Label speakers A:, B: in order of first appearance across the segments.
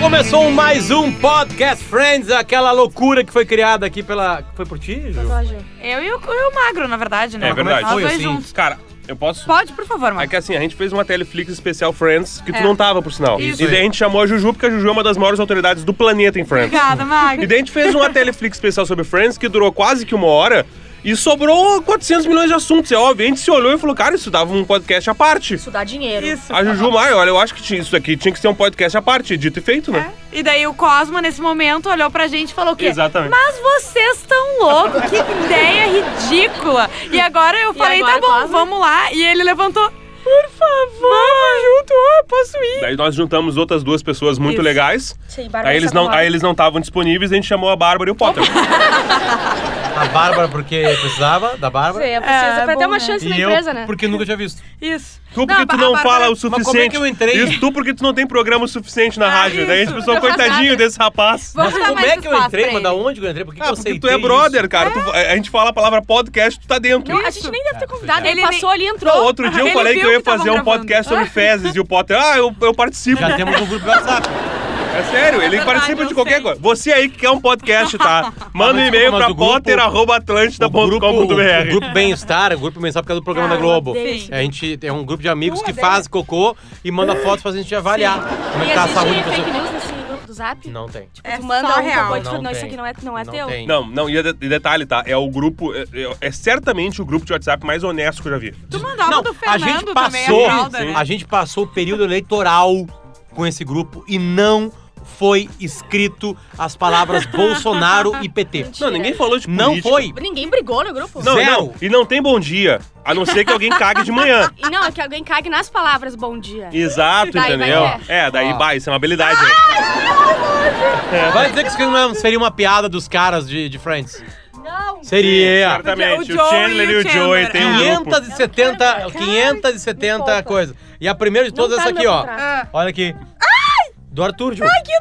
A: começou mais um Podcast Friends, aquela loucura que foi criada aqui pela. Foi por ti, Ju?
B: Eu e o, e o Magro, na verdade, né?
C: É verdade.
B: Nós
A: Foi
B: dois
A: assim?
B: juntos.
C: Cara, eu posso.
B: Pode, por favor,
C: É
B: Magro.
C: que assim, a gente fez uma Teleflix especial Friends, que tu
B: É.
C: não tava, por sinal.
B: Isso.
C: E daí a gente chamou a Juju, porque a Juju é uma das maiores autoridades do planeta em Friends.
B: Obrigada, Magro.
C: E daí a gente fez uma Teleflix especial sobre Friends, que durou quase que uma hora, e sobrou 400 milhões de assuntos, é óbvio. A gente se olhou e falou, cara, isso dava um podcast à parte.
D: Isso dá dinheiro.
B: Isso.
C: A Juju Maia, olha, eu acho que tinha- isso aqui tinha que ser um podcast à parte, dito e feito, né?
B: E daí o Cosma, nesse momento, olhou pra gente e falou o quê?
C: Exatamente.
B: Mas vocês estão loucos, que ideia ridícula. E agora eu falei,
D: agora,
B: tá bom,
D: Cosma?
B: vamos lá. E ele levantou, por favor, vamos junto, ah, posso ir.
C: Daí nós juntamos outras duas pessoas muito
B: Isso.
C: legais.
D: Sim, Bárbara
C: aí eles não,
D: Sacomori.
C: aí eles não estavam disponíveis, a gente chamou a Bárbara e o Potter.
A: A Bárbara, porque precisava da Bárbara.
D: Você precisa
B: É,
D: pra ter
B: bom,
D: uma
B: né?
D: chance
A: E
D: na
A: eu,
D: empresa, né?
A: porque nunca tinha visto.
B: Isso.
C: Tu porque
B: a Ba-
C: tu não
B: a
C: fala
B: Bárbara-
C: o suficiente.
A: como é que eu entrei?
C: Isso, tu porque tu não tem programa o suficiente na
B: Ah,
C: rádio. Daí a gente
B: isso.
C: pensou, um
D: Não faz
C: coitadinho
D: nada.
C: desse rapaz.
B: Vamos dar
A: Como
B: mais
A: é que eu
B: espaço
A: entrei?
B: pra
A: Mas da
B: ele.
A: onde que eu entrei? Por que, que
C: Ah,
A: eu
C: porque
A: aceitei
C: tu é brother,
A: isso?
C: cara. Tu-
B: É.
C: a gente fala a palavra podcast, tu tá dentro.
D: Não, a gente nem
B: tá
D: deve ter convidado. Ele,
B: Ele
D: passou ali e entrou.
C: Não, outro dia eu
B: Ele
C: falei que
B: viu
C: eu ia
B: que tavam
C: fazer um
B: gravando.
C: podcast sobre fezes e o Potter, ah, eu, eu participo.
A: Já temos um grupo de WhatsApp.
C: É sério, ele
B: verdade,
C: participa de
B: eu
C: qualquer
B: sei.
C: coisa. Você aí que quer um podcast, tá? Manda um
A: Mas,
C: e-mail
A: mas
C: pra
A: o grupo-
C: Tá
A: O grupo, o
C: potter.robatlântida.com.br.
A: grupo Bem-Estar, o grupo Bem-Estar por causa do programa da Globo.
D: odeio
B: isso.
A: A gente é um grupo de amigos que faz cocô e manda fotos pra gente avaliar como é
D: E
A: que tá
D: a
A: a saúde
D: gente
A: da
D: tem fake
A: pessoa.
D: news nesse grupo do zap?
A: Não tem.
D: Tipo,
B: É
D: tu manda
B: só
D: um
B: real.
D: pacote e fala,
A: Não
D: não, isso
A: tem.
D: aqui não é, não é
A: Não
D: teu.
A: tem.
C: Não, não, e de- e detalhe, tá? É o grupo, é, é- é certamente o grupo de WhatsApp mais honesto que eu já vi.
B: Tu mandava do
A: a
B: Fernando
A: gente
B: também,
A: passou,
B: a fralda, né?
A: a gente passou o período eleitoral com esse grupo e não foi escrito as palavras Bolsonaro e PT.
C: Não, ninguém falou de política.
A: Não foi.
D: Ninguém brigou no grupo?
C: Não,
A: Zero.
C: não, e não tem bom dia, a não ser que alguém cague de manhã.
D: E não, é que alguém cague nas palavras bom dia.
C: Exato,
D: Daí vai
C: entendeu?
D: ter.
C: É, daí
A: Ó.
C: vai, isso é uma habilidade. né?
A: Vai dizer que isso não é um- seria uma piada dos caras de, de Friends.
D: Não.
A: Seria.
C: Certamente,
B: O
C: o,
B: Joe
C: Chandler
B: e
C: e
B: o
C: o Joey
B: Chandler,
C: tem
B: é.
C: um grupo.
A: 570,
D: me
A: 570
D: poupa.
A: coisas. E a primeira de
D: Não
A: todas é
D: tá
A: essa
D: no
A: aqui,
D: meu
A: ó.
D: contrato.
B: Ah.
A: Olha aqui. Olha aqui. Ai, que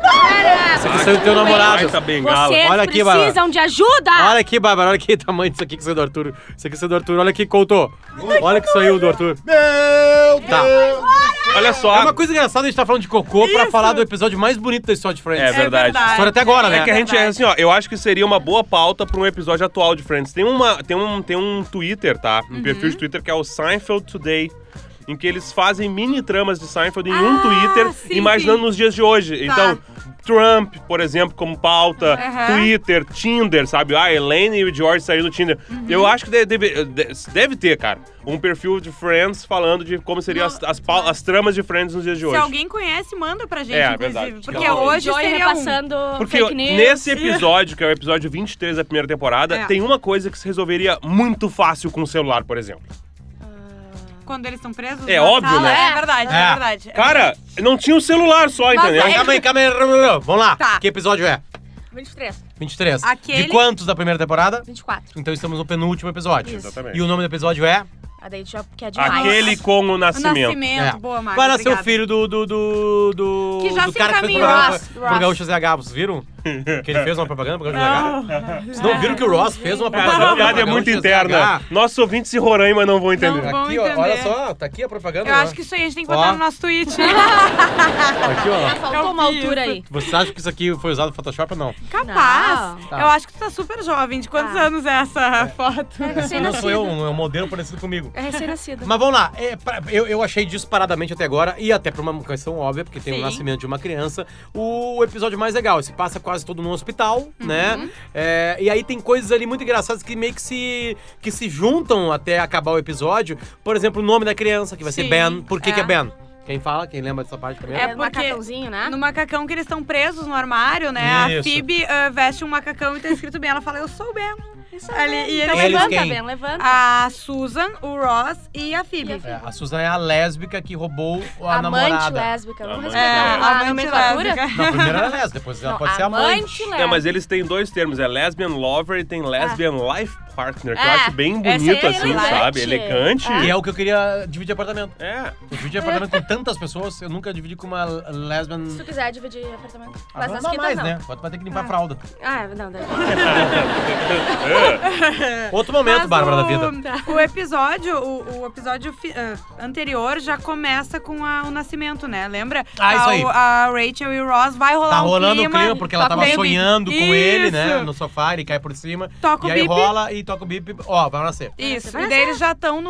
A: Essa aqui saiu do teu namorado.
C: Baita tá bengala.
D: Vocês
A: Olha aqui, Bárbara.
D: precisam de ajuda!
A: Olha aqui, Bárbara, olha aqui o tamanho disso aqui que saiu do Arthur. Isso aqui saiu do Arthur, olha aqui, Couto. Olha o que saiu do Arthur.
C: Meu
A: Tá.
C: Olha
A: É
C: só.
A: uma coisa engraçada a gente tá falando de cocô pra
B: Isso.
A: falar do episódio mais bonito da história de Friends.
C: É verdade.
A: História até agora, né?
C: É que a gente é assim, ó, eu acho que seria uma boa pauta pra um episódio atual de Friends. Tem, uma, tem, um, tem um Twitter, tá?
B: Uhum.
C: Um perfil de Twitter que é o Seinfeld Today. Em que eles fazem mini tramas de Seinfeld em um
B: Ah,
C: Twitter,
B: sim,
C: imaginando
B: sim.
C: nos dias de hoje.
B: Tá.
C: Então, Trump, por exemplo, como pauta,
B: Aham.
C: Twitter, Tinder, sabe? Ah, Elaine e o George saíram do Tinder.
B: Uhum.
C: Eu acho que deve, deve, deve ter, cara, um perfil de Friends falando de como seriam as, as pau- as tramas de Friends nos dias de
B: Se
C: hoje.
B: alguém conhece, manda pra gente,
C: É,
B: inclusive.
C: verdade.
B: Porque
C: Não,
B: hoje
D: Joy
B: seria um.
D: repassando
C: Porque
D: fake news.
C: nesse episódio, que é o episódio 23 da primeira temporada,
B: É.
C: tem uma coisa que se resolveria muito fácil com o celular, por exemplo.
B: Quando eles estão presos.
C: É
B: na
C: óbvio,
B: sala.
C: né?
B: É verdade, é,
A: É.
B: verdade.
C: Cara, não tinha o celular só,
B: Mas
C: entendeu?
B: aí-
A: Calma aí, calma aí. rã, rã, rã. Vamos lá.
B: Tá.
A: Que episódio é?
D: 23,
A: 23. De
B: Aquele-
A: quantos da primeira temporada?
D: 24.
A: Então estamos no penúltimo episódio.
D: Isso.
C: Exatamente.
A: E o nome do episódio é?
D: A daí já que é demais.
C: Aquele com o
B: O
C: nascimento.
B: nascimento,
A: É.
B: boa, Marcos.
A: Vai nascer o filho do. do. do. do,
B: Que já
A: do
B: se
A: cara que fez
B: encaminhou.
A: propaganda
D: Ross,
A: pro-
D: Ross.
A: pro Gaúcho ZH, vocês viram? Que ele fez uma propaganda pro Gaúcho ZH. Vocês não viram que o Ross fez uma
C: É,
A: propaganda?
C: Essa
A: pro
C: piada é muito
A: Gaúcho
C: interna.
A: ZH?
C: Nossos ouvintes de Roraima não vão entender.
B: Não. Vão
A: Aqui, ó, olha
B: entender.
A: só, tá aqui a propaganda.
B: Eu
A: ó.
B: acho que isso aí a gente tem que botar
A: Ó.
B: no nosso tweet.
A: Aqui,
D: Ah,
B: tá.
A: ó.
D: faltou uma
B: Eu vi
D: altura
B: isso.
D: aí.
A: Vocês acham que isso aqui foi usado no Photoshop ou não?
B: Capaz.
A: Tá.
B: Eu acho que tu tá super jovem. De quantos
D: Tá.
B: anos é essa foto?
A: Não sou
D: Recém-nascido.
A: eu, é um modelo parecido comigo.
D: É recém-nascido.
A: Mas vamos lá, é, pra- eu, eu achei disparadamente até agora, e até por uma questão óbvia, porque tem o
B: Sim.
A: nascimento de uma criança, o episódio mais legal. Se passa quase todo num hospital, né? É, e aí tem coisas ali muito engraçadas que meio que se, que se juntam até acabar o episódio. Por exemplo, o nome da criança, que vai ser
B: Sim,
A: Ben. Por que é. que é
B: é.
A: Ben? Quem fala, quem lembra dessa parte também?
B: É
D: É um
B: porque-
D: macacãozinho, né?
B: No macacão que eles estão presos no armário, né?
A: Isso.
B: A Phoebe ah, veste um macacão e tá escrito bem. Ela fala, eu sou o Ben.
D: Isso
B: Ali, e
D: Então
B: ele-
A: Eles
D: levanta,
A: quem?
D: Ben, levanta.
B: A Susan, o Ross e a
D: E a
B: Phoebe.
D: Phoebe.
A: É, a Suzana é a lésbica que roubou a
D: amante
A: namorada.
D: lésbica. Vamos
C: Amante
B: É,
D: respeitar
B: a
D: a,
B: amante
D: nomenclatura?
B: lésbica.
A: Não, primeiro ela é lésbica, depois ela
D: Não,
A: pode ser
D: amante
A: amante.
D: lésbica.
C: É, mas eles têm dois termos, é lesbian lover e tem lesbian life Partner, que
E: É,
C: eu acho bem
E: essa aí
C: bonito,
E: é
C: assim,
E: elegante.
C: sabe? Elegante.
A: E é o que eu queria dividir apartamento.
C: É.
A: Eu dividi apartamento com tantas pessoas, eu nunca dividi com uma lesbian.
D: Se tu quiser dividir apartamento.
A: Ah,
D: Mas
A: não
D: nas
A: dá
D: quintas
A: mais,
D: não.
A: né? Vai vai ter que limpar a fralda.
D: Ah, não, daí.
A: Outro momento,
B: Mas
A: Bárbara,
B: o,
A: da vida.
B: O episódio, o, o episódio fi- ah, anterior já começa com a- o nascimento, né? Lembra?
A: Ah, isso
B: a,
A: aí.
B: a Rachel e o Ross vai rolar
A: Tá
B: um
A: rolando o clima, porque ela
B: tá
A: tava
B: bem-
A: sonhando com ele, né?
B: Isso.
A: No sofá, ele cai por cima.
B: Toca
A: e
B: o
A: aí
B: bip.
A: rola e toca o bip. Ó, vai nascer.
B: Isso,
D: Vai
B: e daí eles já estão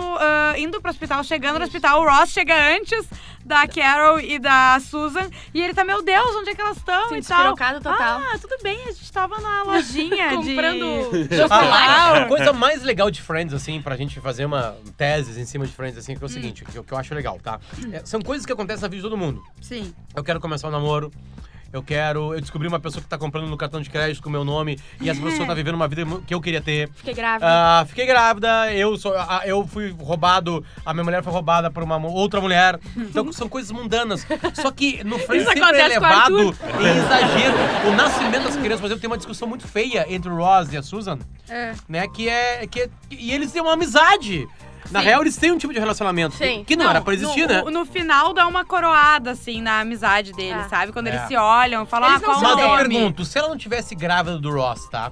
B: indo pro hospital, chegando no hospital. O Ross chega antes da Carol e da Susan. E ele tá, meu Deus, onde é que elas estão
D: Sim,
B: e tal.
D: despirocado total.
B: Ah, tudo bem, a gente tava na lojinha de...
E: Comprando
B: é
A: Ah, a coisa mais legal de Friends, assim, pra gente fazer uma teses em cima de Friends, assim, que é o seguinte, que, eu- que eu acho legal, tá? É, são coisas que acontecem na vida de todo mundo.
B: Sim.
A: Eu quero começar um namoro. Eu quero. Eu descobri uma pessoa que tá comprando no cartão de crédito com o meu nome e essa pessoa tá vivendo uma vida que eu queria ter.
D: Fiquei grávida.
A: Ah, fiquei grávida, eu, sou, ah, eu fui roubado, a minha mulher foi roubada por uma mu- outra mulher. Então são coisas mundanas. Só que no Friends
E: Isso
A: sempre é
E: acontece com o
A: elevado em exagero. O nascimento das crianças, por exemplo, tem uma discussão muito feia entre o Ross e a Susan,
B: É.
A: né? Que é. Que é- e eles têm uma amizade. Na real, eles têm um tipo de relacionamento
D: Sim.
A: que não, era pra existir, né?
B: No, no final dá uma coroada, assim, na amizade deles,
D: É.
B: sabe? Quando
A: É.
B: eles se olham, falam,
D: Eles
B: ah,
D: não
B: qual
D: são
B: o
A: Mas eu
B: nome?
A: pergunto, se ela não tivesse grávida do Ross, tá?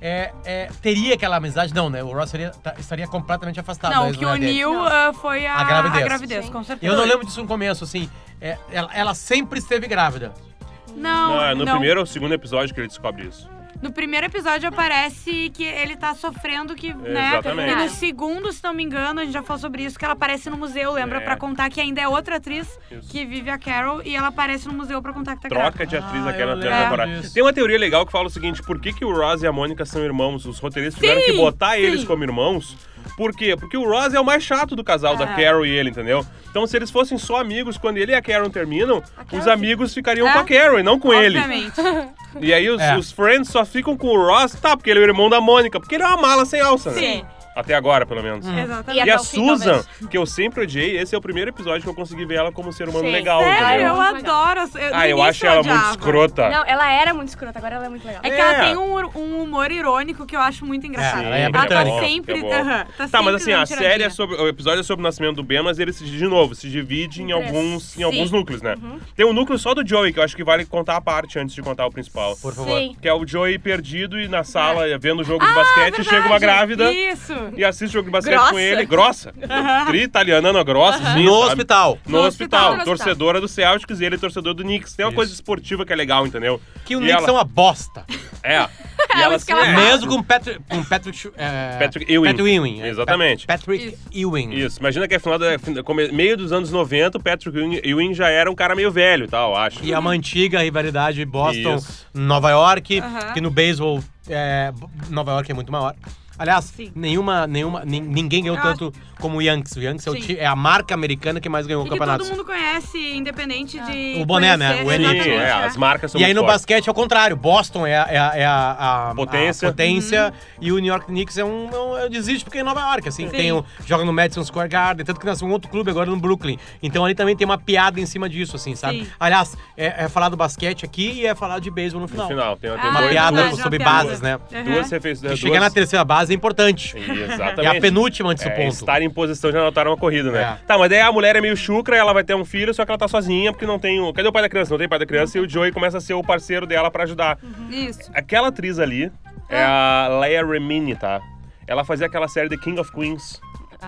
A: É, é, teria aquela amizade? Não, né? O Ross seria- tá- estaria completamente afastado. da
B: não, o que
A: ex-mulher é dele.
B: uniu
D: Não.
B: ah, foi a,
A: A gravidez.
D: Sim.
B: com certeza.
A: Eu não lembro disso no começo, assim. é, ela, ela sempre esteve grávida.
B: Não,
C: Não, é
B: não,
C: no primeiro ou segundo episódio que ele descobre isso.
B: No primeiro episódio aparece que ele tá sofrendo que, né?
C: Exatamente.
B: E no segundo, se não me engano, a gente já falou sobre isso, que ela aparece no museu, lembra?
C: É.
B: Pra contar que ainda é outra atriz
C: Isso.
B: que vive a Carol e ela aparece no museu pra contar que tá
C: Troca
B: grávida.
C: de atriz
A: Ah, eu
C: naquela
A: lembro
C: primeira temporada.
A: disso.
C: Tem uma teoria legal que fala o seguinte: por que, que o Ross e a Mônica são irmãos? Os roteiristas tiveram que botar eles como irmãos. Por quê? Porque o Ross é o mais chato do casal, da Carol e ele, entendeu? Então, se eles fossem só amigos, quando ele e a Carol terminam, os amigos ficariam
B: É.
C: com a Carol e não com ele.
B: Obviamente.
C: E aí os,
A: É.
C: os friends só ficam com o Ross, tá? Porque ele é o irmão da Mônica, porque ele é uma mala sem alça,
B: Sim. Hum.
C: né? Até agora, pelo menos.
B: Exatamente.
D: E
C: E
D: até
C: a
D: o fim,
C: Susan,
D: talvez.
C: que eu sempre odiei, esse é o primeiro episódio que eu consegui ver ela como ser humano
D: Sim.
C: legal,
B: Sério,
C: entendeu?
B: eu
D: Muito legal.
B: adoro. Eu, no
C: Ah, eu
B: início
C: acho ela muito
B: odiava.
C: escrota.
D: Não, ela era muito escrota, agora ela é muito legal.
B: É que ela
C: É.
B: tem um, hum- um humor irônico que eu acho muito engraçado.
A: É, ela é
B: ela tá
A: britânica.
B: sempre.
C: Que bom.
B: aham, tá,
C: Tá,
B: sempre
C: mas assim,
B: dando
C: a
B: tiradinha.
C: série é sobre. O episódio é sobre o nascimento do Ben, mas ele se, de novo, se divide em
D: Em três.
C: alguns, em
B: Sim.
C: alguns núcleos, né? Tem um núcleo só do Joey, que eu acho que vale contar a parte antes de contar o principal.
A: Por favor.
D: Sim.
C: Que é o Joey perdido e na sala, vendo o jogo de basquete, chega uma grávida
B: Ah, Isso.
A: Um
C: e assiste o jogo de basquete
E: Grossa.
C: com ele. Grossa. Tri italiana, não, grossa, sim.
A: No
C: sabe?
A: hospital.
C: No,
B: No
C: hospital,
B: hospital.
C: torcedora do Celtics e ele é torcedor do Knicks. Tem uma
A: Isso.
C: coisa esportiva que é legal, entendeu?
A: Que o
C: E
A: Knicks
C: ela-
A: é uma bosta.
C: É. E ela, é.
E: isso que ela
C: se-
E: fala.
A: Mesmo com Patrick. Com Patrick. Schu- é,
C: Patrick Ewing.
A: Patrick Ewing. é,
C: Exatamente.
A: Pat- Patrick Ewing.
C: Isso, imagina que é final da, fin- come- meio dos anos 90, o Patrick Ewing- Ewing já era um cara meio velho, e tal, eu acho.
A: E é uma antiga rivalidade Boston,
C: Isso.
A: Nova York,
B: Aham.
A: que no beisebol é, b- Nova York é muito maior. Aliás,
B: Sim.
A: nenhuma, nenhuma, nin- ninguém ganhou
B: Eu
A: tanto como o Yankees. O Yankees é, o
B: Sim.
A: ti- é a marca americana que mais ganhou
B: E que
A: campeonatos.
B: todo mundo conhece, independente de.
A: O boné, né? O
B: conhecer,
C: Sim,
A: N.
B: exatamente,
C: é,
B: né?
C: as marcas são
A: E aí
C: muito
A: no
C: fortes.
A: basquete é o contrário. Boston é, a- é, a- é a, a-
C: Potência.
A: a potência
B: Uhum.
A: e o New York Knicks é um, é um- é- existe porque é em Nova York, assim. Tem um, joga no Madison Square Garden, tanto que nasceu um outro clube agora no Brooklyn. Então ali também tem uma piada em cima disso, assim, sabe?
B: Sim.
A: Aliás, é, é falar do basquete aqui e é falar de beisebol no final.
C: No final, tem, tem
B: Ah,
A: Uma
C: dois-
A: piada
B: verdade,
C: duas,
B: uma
A: sobre
B: piada.
A: bases, né?
B: Aham.
C: duas é refeições.
A: E chegar na
C: duas-
A: terceira base é importante. É
C: Exatamente.
A: a penúltima antes do
C: É,
A: ponto.
C: estar em posição de anotar uma corrida, né?
A: É.
C: Tá, mas daí a mulher é meio chucra, ela vai ter um filho, só que ela tá sozinha, porque não tem o... Cadê o pai da criança? Não tem pai da criança, e o Joey começa a ser o parceiro dela pra ajudar.
B: Uhum. Isso.
C: Aquela atriz ali é
B: Ah.
C: a Leia Remini, tá? Ela fazia aquela série The King of Queens,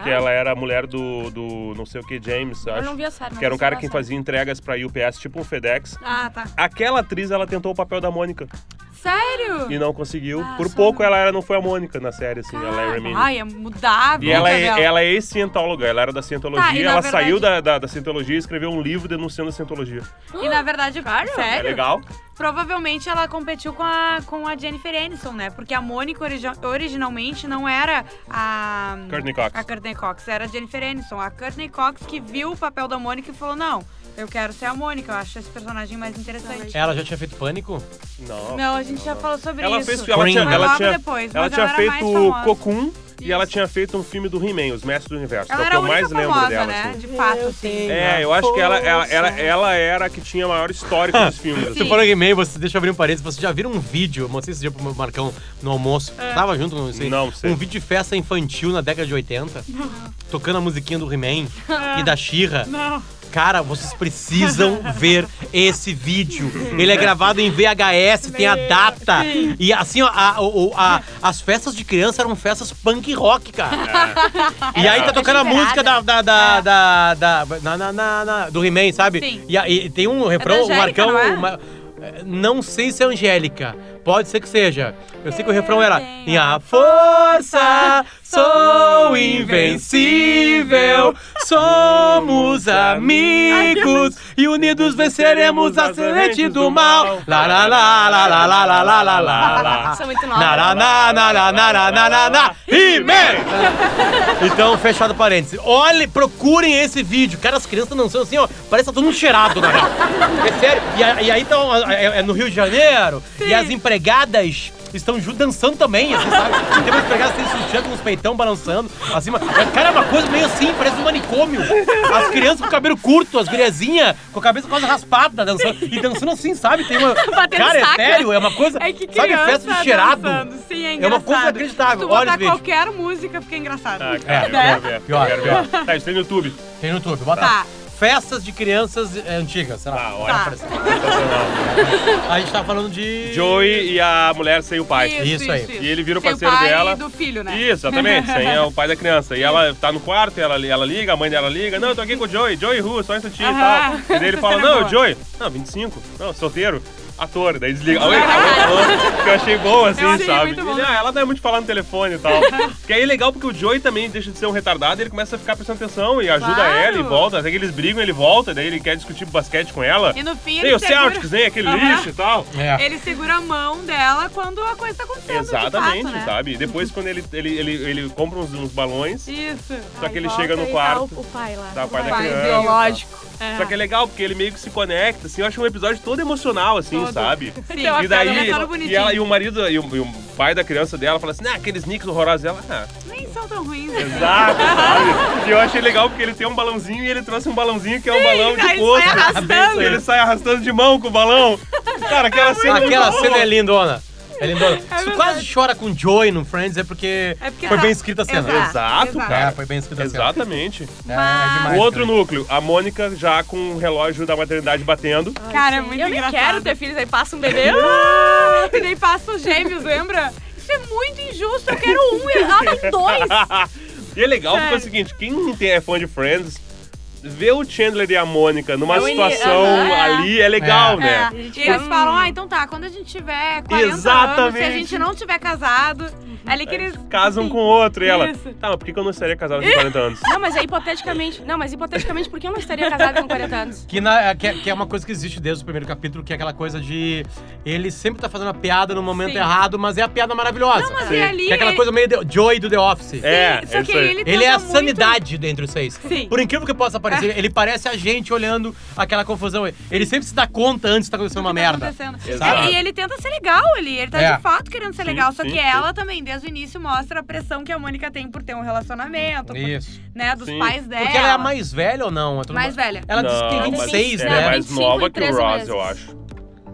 C: que ela era a mulher do, do não sei o que, James,
B: Ah,
D: Eu
C: acho.
D: não vi a série, mas
C: que era um
D: eu
C: cara
D: sei
C: que
D: a série.
C: fazia entregas pra UPS, tipo um FedEx.
B: Ah, tá.
C: Aquela atriz, ela tentou o papel da Mônica
B: Sério?
C: e não conseguiu.
B: Ah,
C: Por
B: só
C: pouco,
B: não.
C: ela era, não foi a Mônica na série, assim, a Leia Remini.
B: Ai, é mudável.
C: E ela é,
B: Isabel.
C: ela é ex-cientóloga, ela era da cientologia,
B: Tá, e na
C: ela
B: verdade-
C: saiu da, da, da cientologia e escreveu um livro denunciando a cientologia.
B: E na verdade,
C: É
B: sério,
C: legal?
B: provavelmente ela competiu com a, com a Jennifer Aniston, né? Porque a Mônica origi- originalmente não era a.
C: Courtney Cox.
B: A Courtney Cox, era a Jennifer Aniston. A Courtney Cox que viu o papel da Mônica e falou: não, eu quero ser a Mônica, eu acho esse personagem mais interessante.
A: Ela já tinha feito pânico?
C: Não.
B: Não, a gente já falou sobre
C: ela
B: isso.
C: fez É. ela
A: Foi
C: tinha, ela
B: logo
C: tinha,
B: depois,
C: ela
B: mas
C: tinha
B: ela era mais
C: feito
B: famosa.
C: Cocum E ela tinha feito um filme do He-Man, Os Mestres do Universo.
B: Ela
C: que
B: era
C: é
B: a
C: o que eu mais
B: única
C: lembro
B: famosa,
C: dela.
B: né?
C: assim.
B: De fato, sim.
C: É, eu acho que ela, ela, é ela, ela era a que tinha maior histórico dos filmes.
A: Você
C: assim.
A: falou em e-mail, você, deixa eu abrir um parênteses. Você já viram um vídeo? Eu mostrei esse dia pro meu Marcão no almoço. Tava junto com isso aí.
C: Não sei.
A: Um vídeo de festa infantil na década de 80, tocando a musiquinha do He-Man e da Xirra.
B: Não.
A: Cara, vocês precisam ver esse vídeo. Ele é gravado em VHS, tem a data. E assim, ó, a- o- o- a- as festas de criança eram festas punk rock, cara.
B: É.
A: E aí tá tocando a música da. da, da, da, da- na- na- na- na- do He-Man, sabe?
B: Sim.
A: E, aí tem um refrão, o
B: Angélica,
A: Marcão.
B: não é?
A: uma- é, não sei se é Angélica. Pode ser que seja. Eu sei que o refrão era. E a força, sou invencível, somos amigos e unidos venceremos a serente do mal. Lá, lá, lá, lá, lá, lá, lá, lá, lá, lá, lá.
D: Isso é muito
A: Na,
D: nova.
A: na, na, na, na, na, na, na, na, na. He-Man! Então, fechado parênteses. Olhe, procurem esse vídeo. Cara, as crianças não são assim, ó. Parece que tá todo mundo cheirado, na real. É sério. E, a- e aí então, a- é, é no Rio de Janeiro. E as empregadas estão ju- dançando também, assim, sabe? Tem umas empregadas que têm sutiã com os peitão balançando. Assim, mas- mas, cara, é uma coisa meio assim, parece um manicômio. As crianças com cabelo curto, as guriazinhas com a cabeça quase raspada, dançando. E dançando assim, sabe? Tem uma.
B: Batendo
A: cara, é
B: saca.
A: sério, é uma coisa.
B: É que
A: sabe,
B: criança
A: festa de cheirado.
B: dançando. Sim, é
A: É
B: engraçado.
A: uma coisa inacreditável.
B: Se tu
A: Olha
B: botar
A: esse vídeo.
B: qualquer música, fica engraçado.
C: Ah, cara, eu quero ver.
A: Pior,
C: eu quero
A: pior.
C: ver. Tá, isso tem no YouTube.
A: Tem no YouTube, bota.
B: Tá.
A: Festas de crianças eh, antigas, sei lá.
C: Ah, olha.
B: Tá.
A: Parece-
C: sensacional.
A: A gente tá falando de.
C: Joey e a mulher sem o pai.
A: Isso aí.
C: E ele vira o
B: Tem
C: parceiro
B: pai
C: dela.
B: E do filho, né?
C: Isso, exatamente. Isso aí é o pai da criança. E ela tá no quarto, ela, ela liga, a mãe dela liga. Não, eu tô aqui com o Joey, Joey Ru, só um instantinho
B: Aham.
C: e tal. E daí ele fala,
B: Cena
C: não,
B: boa.
C: Joey. Não, 25. Não, solteiro. Ator. Daí desliga. Oi, tá bom. que eu achei bom, assim,
B: Eu achei
C: sabe?
B: muito bom.
C: Ele, ah, ela não é muito falar no telefone e tal. que aí é legal porque o Joey também deixa de ser um retardado, ele começa a ficar prestando atenção e ajuda
B: Claro.
C: ela e volta. Até que eles brigam, ele volta, daí ele quer discutir basquete com ela.
B: E no fim
C: Tem
B: ele
C: o
B: segura...
C: Celtics, hein? Aquele
B: Aham.
C: lixo e tal.
A: É.
B: Ele segura a mão dela quando a coisa tá acontecendo. de fato,
C: Exatamente, tá.
B: né?
C: sabe? E depois, quando ele, ele, ele, ele compra uns, uns balões,
B: Isso.
C: só que ele
D: Volta
C: chega
D: e
C: no
D: tá
C: quarto.
D: o, o pai lá.
C: Tá, o pai da
B: Pai
C: criança.
B: biológico. É.
C: Só que é legal, porque ele meio que se conecta, assim. Eu acho um episódio todo emocional, assim,
B: Todo.
C: sabe?
B: Sim.
C: E daí,
B: Todo
C: e,
B: é um bonitinho.
C: ela, e o marido, e o, e o pai da criança dela fala assim, ah, aqueles nicks horrorosos. E ela, ah,
B: Nem são tão ruins. né?
C: exato, sabe? E eu achei legal, porque ele tem um balãozinho e ele trouxe um balãozinho que é um balão de
B: aí
C: couro.
B: sai arrastando.
C: E ele sai arrastando de mão com o balão. Cara, aquela cena...
A: Aquela
C: muito
A: cena
C: boa.
A: é lindona. É lindona. Se tu
B: verdade.
A: quase chora com o Joey no Friends é porque,
B: É porque
A: foi
B: tá-
A: bem escrita a cena.
B: Exato.
C: Exato,
B: Exato.
C: cara.
A: É, foi bem escrita a cena.
C: Exatamente.
A: É, é
B: Ah.
A: demais.
C: O outro
A: cara.
C: núcleo, a Mônica já com o relógio da maternidade batendo.
B: Cara, é muito
D: eu
B: engraçado.
D: nem quero ter filhos, aí passa um bebê.
B: Ah, e daí passa os gêmeos, lembra? Isso é muito injusto. Eu quero um e ela tem dois.
C: e é legal porque é o
B: Sério.
C: seguinte, quem tem- é fã de Friends, vê o Chandler e a Mônica numa
D: Eu-
C: situação
D: Aham.
C: ali é legal, né?
B: É. E eles falam, ah, então tá, quando a gente tiver 40 anos, se a
C: Exatamente.
B: gente não tiver casado, é ali que eles...
C: Casam
B: Sim.
C: com o outro e ela.
B: Isso.
C: Tá, mas por que que eu não estaria casado com 40 anos?
D: Não, mas é hipoteticamente. Não, mas hipoteticamente, por que eu não estaria casada com 40 anos?
A: Que, na- é- que é- que é uma coisa que existe desde o primeiro capítulo, que é aquela coisa de. Ele sempre tá fazendo a piada no momento
B: Sim.
A: errado, mas é a piada maravilhosa.
B: Não, mas
C: Sim.
B: é ali...
A: Que é aquela
B: ele-
A: coisa meio de- Joey do The Office.
C: É,
B: Só
C: é
B: que
C: isso aí.
B: ele
A: Ele é a
B: tenta muito-
A: sanidade dentre os seis.
B: Sim. É.
A: Por incrível que possa parecer, ele parece a gente olhando aquela confusão. Ele sempre se dá conta antes de tá acontecendo uma
B: que tá
A: merda.
B: acontecendo.
C: Exato.
B: É, e ele tenta ser legal ali, ele tá
A: É.
B: de fato querendo ser
C: Sim,
B: legal, só
C: sim,
B: que
C: sim.
B: ela também, desde o início, mostra a pressão que a Mônica tem por ter um relacionamento, por-
A: Isso.
B: né, dos
C: Sim.
B: pais dela.
A: Porque ela é a mais velha ou não? É tudo
B: Mais velha.
A: Ela disse que
C: Não,
A: tem
C: mas
A: 26,
C: é
A: né?
C: mais
D: 25
C: nova que o
D: e 13
C: Ross,
D: meses.
C: eu acho.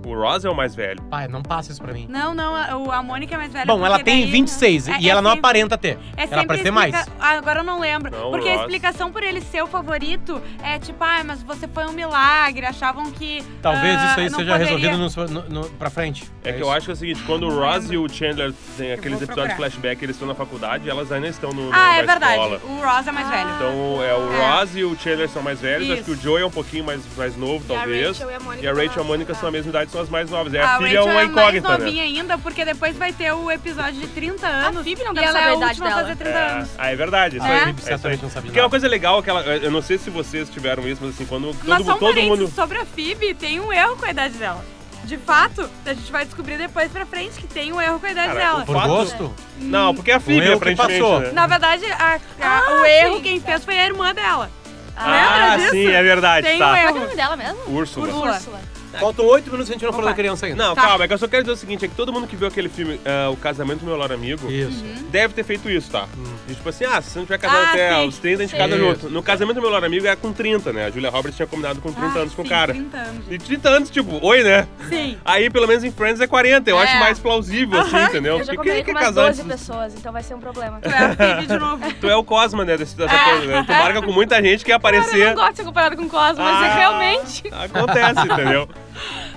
C: O Ross é o mais velho.
A: Pai, não passa isso pra mim.
B: Não, não, a, o- a Mônica é mais velha.
A: Bom, ela
B: porque
A: tem
B: daí-
A: 26
B: É-
A: e
B: é
A: ela não
B: sempre-
A: aparenta ter.
B: É
A: ela
B: sempre
A: aparenta ter
B: explica-
A: mais.
B: Ah, agora eu não lembro.
C: Não,
B: porque a
C: Ross.
B: explicação por ele ser o favorito é tipo, ah, mas você foi um milagre, achavam que.
A: Talvez
B: ah,
A: isso aí
B: não
A: seja
B: poderia.
A: resolvido no, seu- no, no- pra frente.
C: É, que
A: isso.
C: eu acho que é o seguinte, quando o Ross e o Chandler têm aqueles
B: vou
C: episódios
B: procurar.
C: flashback, eles estão na faculdade, elas ainda estão no, no-
B: Ah, é
C: na
B: verdade.
C: escola.
B: O Ross é mais velho.
C: Então é o
B: É.
C: Ross e o Chandler são mais velhos, acho que o
B: Isso.
C: Joey é um pouquinho mais, mais novo,
D: E a
C: talvez.
D: Rachel e a Mônica
C: e a Rachel e a
D: são
C: Mônica
D: as-
C: são a mesma idade, são as mais novas. É,
B: a
C: a filha é
B: Rachel
C: uma
B: é mais
C: incógnita, né?
B: novinha ainda, porque depois vai ter o episódio de 30 anos.
D: Phoebe não
B: e
D: deve
B: ela é
D: saber
B: a
D: a idade
B: última a
D: dela.
B: fazer 30
C: É.
B: anos.
C: Ah, é verdade, isso
B: É.
C: aí.
B: Sim,
C: É isso aí.
A: certamente não sabe
C: Porque é uma
A: nada.
C: coisa legal, que ela, eu não sei se vocês tiveram isso, mas assim, quando todo,
B: Mas só um
C: todo
B: parênteses,
C: mundo...
B: sobre a Phoebe, tem um erro com a idade dela. De fato, a gente vai descobrir depois pra frente que tem um erro com a idade
C: Cara,
B: dela.
C: o
A: Por
C: Fato.
A: gosto?
C: Não, porque é a
A: O
C: Phoebe,
A: erro que
C: aparentemente,
A: passou.
C: né?
B: Na verdade, a- a-
D: Ah,
B: o erro quem fez foi a irmã dela.
C: Ah,
B: Lembra disso?
C: sim, é verdade,
B: Tem um erro.
C: tá.
D: Qual que é o nome dela mesmo?
C: Úrsula.
B: Úrsula.
D: Úrsula.
A: Faltam oito minutos e a gente não falou da criança ainda.
C: Não,
B: Tá.
C: calma, é que eu só quero dizer o seguinte: é que todo mundo que viu aquele filme, ah, O Casamento do Meu Melhor Amigo,
A: Isso.
C: deve ter feito isso, tá?
D: Hum.
C: E, tipo assim, ah, se você não tiver casado
E: Ah,
C: até
E: sim.
C: os 30, a gente casa
A: Isso.
C: junto. No Casamento do Meu Melhor Amigo era com 30, né? A Julia Roberts tinha combinado com 30
D: Ah,
C: anos com o cara.
B: 30 Ah, anos.
C: E 30 anos, tipo, oi, né? Sim. Aí, pelo menos em Friends é 40, eu acho mais plausível, assim, entendeu?
D: Eu já
C: Porque
D: combinei
C: quem
D: com
C: quer
D: umas
C: casar
D: 12
C: antes dos
D: pessoas, então vai ser um problema.
B: Tu é a Phoebe de novo.
C: Tu é o Cosma, né, desse- dessa coisa, né? Tu marca com muita gente que quer
D: Cara, eu não
C: aparecer.
D: gosto de ser comparado com Cosmo, mas
C: é- Ah.
D: é realmente...
C: Acontece, entendeu?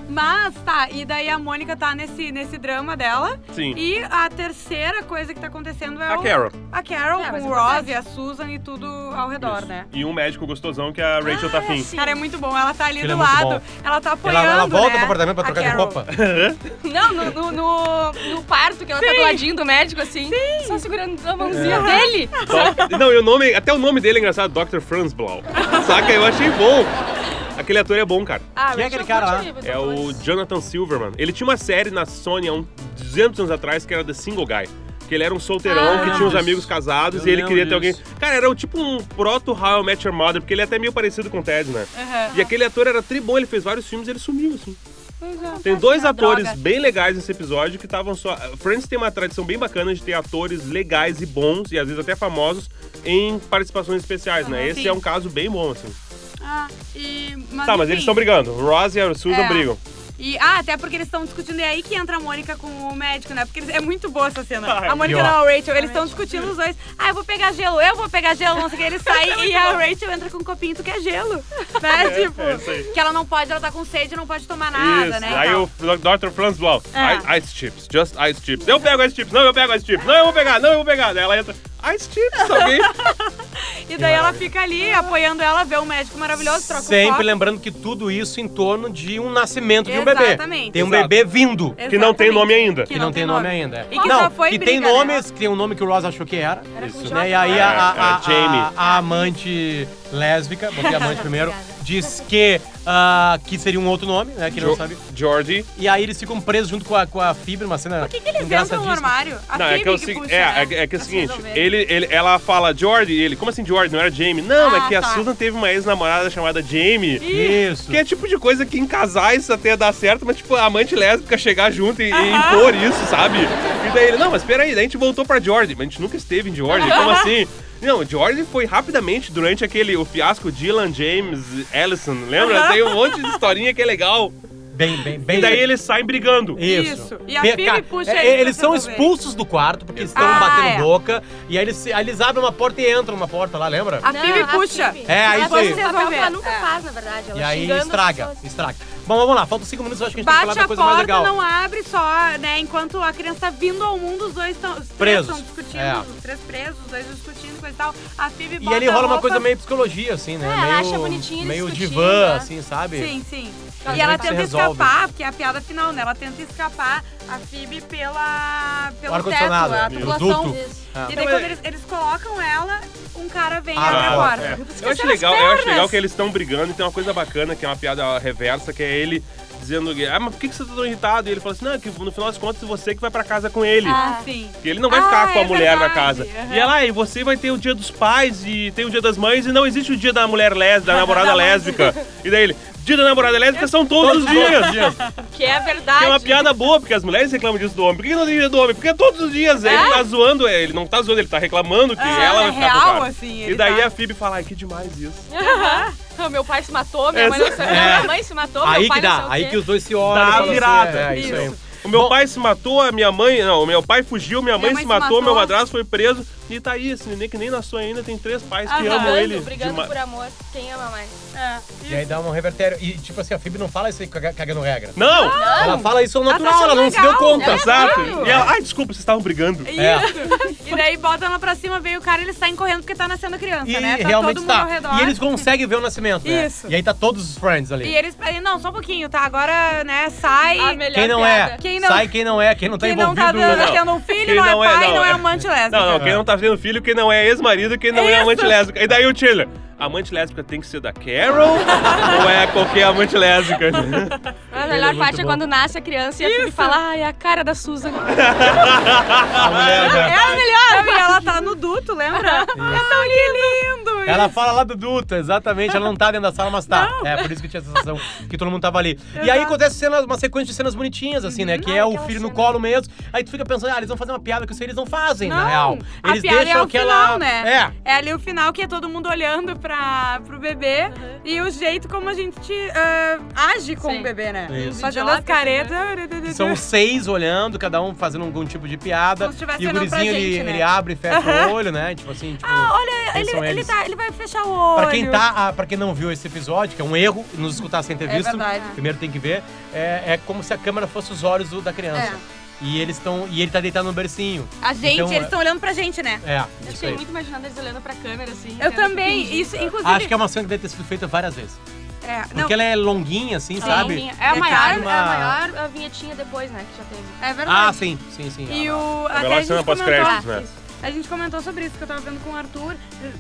B: Mas tá, e daí a Mônica tá nesse, nesse drama dela.
C: Sim.
B: E a terceira coisa que tá acontecendo é
C: A
B: o-
C: Carol.
B: a Carol
D: É,
B: com
D: mas
B: o
D: acontece.
B: Ross e a Susan e tudo ao redor,
C: Isso.
B: né?
C: E um médico gostosão que a Rachel
D: Ah,
C: tá afim.
B: Cara, é muito bom. Ela tá ali
A: Ele é
B: do
A: muito
B: lado, ela tá
A: Ela,
B: apoiando.
A: ela volta
B: né?
A: pro apartamento pra
B: a
A: trocar de
B: Carol.
A: roupa.
D: Não, no, no, no- no parto, que ela tá do ladinho do médico, assim, só segurando a mãozinha dele.
C: Doc- Não, e o nome, até o nome dele é engraçado, Dr. Franz Blau. Saca? Eu achei bom. Aquele ator é bom, cara.
D: Ah,
A: Quem é
D: Rachel
A: aquele cara lá?
D: curte os
C: É o
D: atores.
C: Jonathan Silverman. Ele tinha uma série na Sony há uns 200 anos atrás que era The Single Guy. Que ele era um solteirão
A: Ah,
C: que tinha uns
A: disso.
C: amigos casados
A: Eu
C: e ele queria
A: lembro
C: ter
A: disso.
C: alguém. Cara, era o tipo um proto How I Met Your Mother, porque ele é até meio parecido com o Ted, né? E aquele ator era tribom, ele fez vários filmes e ele sumiu, assim. Tem dois
D: uma
C: atores
D: droga.
C: bem legais nesse episódio que estavam só. Friends tem uma tradição bem bacana de ter atores legais e bons, e às vezes até famosos, em participações especiais, né? Esse
B: sim.
C: é um caso bem bom, assim.
B: Ah, e, mas,
C: tá, mas eles
B: enfim.
C: estão brigando. O Ross e a Susan
B: É.
C: brigam.
B: E, ah, até porque eles estão discutindo, e é aí que entra a Mônica com o médico, né? Porque eles- é muito boa essa cena.
C: Ai,
B: a Mônica
A: pior.
B: não, a Rachel, eles estão discutindo os dois. Ah, eu vou pegar gelo, eu vou pegar gelo, não sei o que. Eles saem e a Rachel entra com um copinho, tu quer gelo. Né? tipo,
C: é isso aí.
B: que ela não pode, ela tá com sede, não pode tomar nada,
C: Isso.
B: né? e
C: Aí
B: tal.
C: o Dr. Franz Blau.
B: É.
C: "I- Ice chips, just ice chips. Eu pego ice chips, não, eu pego ice chips, não, eu vou pegar, não, eu vou pegar. Daí ela entra. Ice chips, alguém.
B: E daí ela fica ali apoiando ela, vê o médico maravilhoso, troca o
A: Sempre
B: foco.
A: lembrando que tudo isso em torno de um nascimento de um bebê.
B: Exatamente.
A: Tem um
C: Exato.
A: bebê vindo.
C: que não tem
B: Exatamente.
C: nome ainda.
A: Que não, tem nome, ainda. é.
B: E que
A: não,
B: já foi
A: que
B: briga,
A: tem
B: né?
C: é
B: um
A: nomes, que tem um nome que o Ross achou que era.
D: Era com
C: Isso,
D: o Jonathan
A: Né? E aí a, a, a,
C: É, é, Jamie.
A: a- a amante lésbica, botei amante primeiro, diz que, ah, que seria um outro nome, né? Que ele não
C: Jo-
A: sabe.
C: Georgie.
A: E aí eles ficam presos junto com a, com a fibra, uma cena.
B: Por que, que eles entram no
A: engraçadíssima.
B: armário? A
C: Não, é
B: Phoebe
C: que, é o
B: que
C: segu-
B: puxa,
C: é,
B: né?
C: é que- é que é o seguinte,
D: resolver.
C: ele, ele, ela fala Jordi e ele, como assim Jordi? Não era Jamie? Não,
B: Ah,
C: é que a
B: tá.
C: Susan teve uma ex-namorada chamada Jamie.
A: Isso.
C: Que é tipo de coisa que em casais até dá certo, mas tipo, a amante lésbica chegar junto e, e impor isso, sabe? E daí ele, não, mas peraí, daí a gente voltou pra Jordi, mas a gente nunca esteve em Jordi, como assim? Não, Jordi foi rapidamente durante aquele, o fiasco Dylan, James, Allison, lembra? Tem um monte de historinha que é legal.
A: Bem, bem, bem.
C: E daí eles saem brigando.
A: Isso.
B: Isso. E a
A: Pe-
B: Phoebe
A: ca-
B: puxa
A: é,
B: eles pra
A: Eles são
B: resolver.
A: expulsos do quarto porque estão
B: Ah,
A: batendo
B: é.
A: boca. E aí eles, se- aí eles abrem uma porta e entram numa porta lá, lembra?
B: A
D: Não,
B: Phoebe
D: a
B: puxa.
D: Phoebe.
A: É, aí
D: Ela
A: isso
D: faz
A: aí.
D: esse papel que
B: É.
D: ela nunca faz, na verdade. Ela
A: E aí
D: xingando as
A: estraga,
D: pessoas.
A: estraga. Bom, vamos lá, faltam cinco minutos, eu acho que a gente tem que
B: Bate
A: falar da
B: a
A: coisa mais
B: porta,
A: legal.
B: não abre só, né? Enquanto a criança tá vindo ao mundo, os dois estão
A: Presos.
B: Estão discutindo,
A: É.
B: os três presos, os dois discutindo, coisa e tal. A Phoebe
A: E
B: bota
A: ali rola
B: a
A: uma
B: roupa-
A: coisa meio psicologia, assim, né?
D: É,
A: meio,
D: ela acha bonitinho eles
A: meio
D: discutindo,
A: divã,
D: né?
A: assim, sabe?
B: Sim, sim.
A: Às
B: E ela
A: vezes se
B: tenta
A: resolve.
B: escapar, porque é a piada final, né? Ela tenta escapar a Phoebe pela, pelo teto,
A: ar-condicionado, é.
B: a
A: pelo
B: tubulação.
A: duto.
D: Isso.
A: Ah.
B: E daí
C: é.
B: quando eles, eles colocam ela, um cara vem e
A: Ah,
B: abre a
A: tá.
B: porta.
C: Eu acho, legal, eu acho legal que eles estão brigando e tem uma coisa bacana, que é uma piada reversa, que é ele dizendo, que, ah, mas por que que você tá tão irritado? E ele fala assim, não, é que no final das contas você que vai pra casa com ele.
B: Ah, sim.
C: Porque ele não vai
B: Ah,
C: ficar com a
B: é
C: mulher na
B: verdade,
C: casa.
B: aham.
C: E ela, ah, e você vai ter o dia dos pais e tem o dia das mães e não existe o dia da mulher lésbica, da namorada lésbica. E daí ele, dia da namorada lésbica são todos os dias. Que
E: Que é verdade.
C: é uma piada boa, porque as mulheres reclamam disso do homem. Por que não tem dia do homem? Porque é todos os dias. Ele tá zoando, é, ele não tá zoando, ele tá reclamando que ela vai
B: é
C: ficar com o
B: real,
C: cara.
B: assim,
C: E
B: ele
C: daí é
B: tá-
C: a Phoebe fala, ai, que demais isso.
E: Ah, Meu pai se matou, minha mãe não se matou,
C: É.
E: minha mãe se matou,
A: É. Aí
E: meu pai
A: que dá,
E: não sei
A: aí
E: o
A: que
E: quê.
A: os dois se olham.
C: Dá
A: e
C: a
A: falam
C: virada.
A: Assim, é, isso aí.
C: O meu pai se matou, a minha mãe. Não, o meu pai fugiu, minha mãe,
B: mãe
C: se
B: se
C: matou,
B: matou.
C: meu madrasto foi preso. E tá aí, esse neném que nem nasceu ainda, tem três pais
B: Aham.
C: que amam
D: Brigando,
C: ele.
D: brigando
C: dema-
D: por amor. Quem ama mais?
A: E
B: é.
A: aí dá um revertério. E tipo assim, a Phoebe não fala isso aí caga- cagando regra.
C: Não!
A: Ela fala isso ao natural,
B: achando
A: ela não se deu
B: legal.
A: conta.
B: É
C: Exato! E ela, ai, desculpa, vocês estavam brigando.
A: É.
B: Isso. E daí bota ela pra cima, veio o cara, eles saem correndo porque tá nascendo criança,
A: E
B: né? Tá
A: realmente
B: todo mundo
A: tá.
B: ao redor.
A: E eles conseguem ver o nascimento, né?
B: Isso.
A: E aí tá todos os friends ali.
B: E eles- aí, não, só um pouquinho, tá? Agora, né, sai.
E: A melhor
A: Quem não
E: piada.
A: é,
B: Quem não-
A: sai quem não é, quem não tá
B: quem não
A: envolvido.
B: tá dando-
C: Não.
B: tendo um filho,
C: Quem
B: não,
C: não é,
B: é pai,
C: não,
B: não,
C: é.
B: é amante lésbica.
C: Não, não, quem não tá tendo filho, quem não é ex-marido, quem não é amante lésbica. E daí o Taylor, amante lésbica tem que ser da Carol ou é qualquer amante lésbica?
B: É,
D: A melhor
A: muito
D: parte é
A: bom.
D: quando nasce a criança e a Phoebe fala, ai, a cara da Susan.
A: Ah,
C: A mulher, né?
B: É a melhor! E ela tá no duto, lembra? É tão lindo!
A: Ela fala lá do Duta, exatamente. Ela não tá dentro da sala, mas tá. É, por isso que eu tinha a sensação que todo mundo tava ali. E aí acontece cenas, uma sequência de cenas bonitinhas, assim, né? Que é o filho no colo mesmo. Aí tu fica pensando, ah, eles vão fazer uma piada que eu sei, eles não fazem, na real.
B: a
A: Eles
B: piada
A: deixam
B: é o
A: aquela.
B: final, né?
A: É.
B: É. ali o final que é todo mundo olhando pra, pro bebê e o jeito como a gente ah, age com
D: Sim.
B: o bebê, né?
A: Isso.
B: Fazendo as
D: Idiotas,
B: caretas.
A: Que São seis olhando, cada um fazendo algum tipo de piada.
B: Como se estivesse
A: e o
B: olhando pra
A: gurizinho, ele,
B: gente, né?
A: ele abre e fecha o olho, né? Tipo assim, tipo.
B: Ah, olha,
A: Eles
B: ele,
A: são
B: ele,
A: eles.
B: tá, ele vai fechar o olho.
A: Pra quem, tá, ah, pra quem não viu esse episódio, que é um erro nos escutar sem ter
B: É
A: visto,
B: verdade.
A: primeiro tem que ver, é, é como se a câmera fosse os olhos do- da criança.
B: É.
A: E eles estão. E ele tá deitado no bercinho.
B: A gente,
A: Então,
B: eles
A: é-
B: estão olhando pra gente, né?
A: É,
D: Eu
A: isso
D: fiquei
A: aí.
D: muito imaginando eles olhando pra câmera, assim.
B: Eu
D: tendo que
B: também,
D: fingir.
B: isso, inclusive.
A: Acho que é uma cena que deve ter sido feita várias vezes.
B: é, não,
A: Porque ela é longuinha, assim,
D: Sim,
A: sabe?
D: vinha- É a
B: Detalhe,
D: maior, é
A: uma-
D: a maior a vinhetinha depois, né, que já teve.
B: é
A: Ah,
B: verdade.
A: sim, sim, sim.
B: E
A: Ah,
B: o.
C: A
B: Até a
C: melhor cena
B: gente comentou, Ah,
C: pós-créditos, né?
B: a gente comentou sobre isso que eu tava vendo com o Arthur.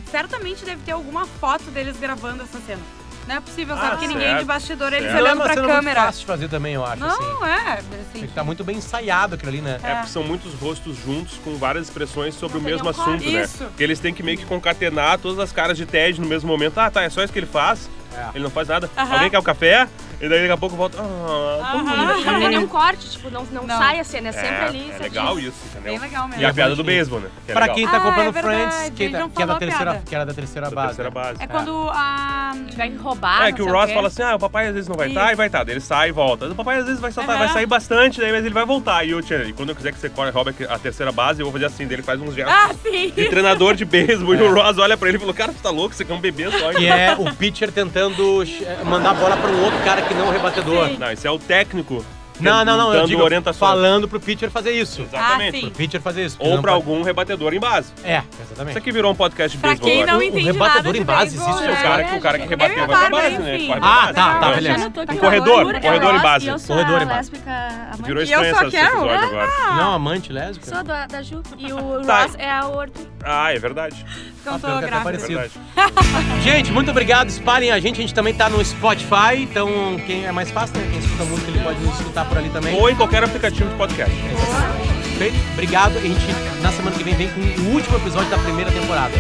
B: Certamente deve ter alguma foto deles gravando essa cena. Não é possível, sabe?
C: Ah,
B: que ninguém
C: certo,
B: de bastidor, eles
C: certo.
A: Não é
B: olhando
A: uma
B: pra
A: cena muito
B: câmera.
A: fácil de fazer também, eu acho, assim.
B: Não, é.
A: Tem
B: Assim.
A: que estar muito bem ensaiado aquilo ali, né?
C: É porque são muitos rostos juntos com várias expressões sobre o
D: Não,
C: mesmo
D: tem um corte.
C: assunto, né?
B: é Isso.
C: Porque eles têm que meio que concatenar todas as caras de TED no mesmo momento. Ah, tá, é só isso que ele faz.
A: É.
C: Ele não faz nada.
B: Aham. é
C: Alguém quer o café? E daí daqui a pouco volta. Ah, todo mundo.
D: Não tem nenhum corte, tipo, não, não,
B: Não.
D: sai a cena, é
C: É,
D: sempre ali.
C: é
D: certinho.
C: legal isso, entendeu?
B: Bem legal mesmo.
C: E a piada do
A: bonitinho.
C: beisebol, né? Que é
A: Pra
C: legal.
A: quem tá
B: Ah,
A: comprando
B: é verdade,
A: Friends, que,
B: eles
A: tá-
B: não
A: que é da
B: falam a
A: terceira,
B: piada.
A: que era da terceira
C: Da
A: base.
C: terceira base.
B: É quando a.
D: Tiver que roubar,
C: É que
D: não
C: o
D: sei
C: Ross
D: quê.
C: fala assim: ah, o papai às vezes não vai
B: Isso.
C: estar e vai estar. Daí ele sai e volta. O papai às vezes vai, soltar, vai
B: Aham.
C: sair bastante, daí, mas ele vai voltar. E eu, Tchê, e quando eu quiser que você corre, roube a terceira base, eu vou fazer assim. Daí ele faz uns gestos
B: Ah, sim!
C: de treinador de beisebol. E o Ross olha pra ele e falou: cara, tu tá louco? Você quer um bebê só?
A: É. Que é o pitcher tentando eh, mandar a bola pra um outro cara que não é o rebatedor.
C: Não, esse é o técnico.
A: Não, não, não, eu
C: Dando
A: digo
C: orientações.
A: falando pro pitcher fazer isso.
B: Ah,
C: Exatamente.
B: sim.
A: Pro pitcher fazer isso. porque
C: Ou
A: não
C: pra
A: pode-
C: algum rebatedor em base.
A: É,
C: Isso
A: exatamente.
C: aqui virou um podcast de
B: Pra
C: beisebol.
B: quem
C: agora.
B: não
A: O- o
B: entende
A: rebatedor
B: nada de
A: em base,
B: beisebol,
A: existe
C: O
B: né?
C: cara, que- o cara que
D: Eu
C: rebateu
B: ia
C: vai pra
B: falar,
C: base,
B: mas
C: né?
B: enfim.
C: Vai pra
A: Ah,
C: base.
A: tá, tá,
C: Eu-
A: beleza.
D: Eu tô aqui
C: Um
D: na
C: corredor,
D: loucura,
C: corredor
D: Ross,
C: em base.
D: e Eu sou
A: Corredor
D: a
A: em base.
D: lésbica amante.
C: Virou
B: E eu
C: estranho
B: só
C: essa- esse
B: quero- né?
C: episódio agora.
A: Não, amante lésbica.
D: Sou da, da Ju. E o
C: Tá.
D: Ross é a Orton.
C: Ah, é verdade. é
A: Ah, pior
B: Então tô
A: que até
B: grávida.
A: parecia.
C: Verdade.
A: Gente, muito obrigado. Espalhem a gente. A gente também tá no Spotify. Então, quem é mais fácil, né? Quem escuta música, ele pode nos escutar por ali também. Então,
C: Ou em qualquer aplicativo de podcast.
A: Perfeito? Obrigado. A gente, na semana que vem, vem com o último episódio da primeira temporada.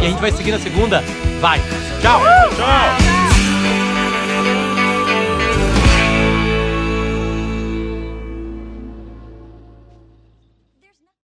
A: E a gente vai seguir na segunda. Vai. Tchau.
C: Tchau!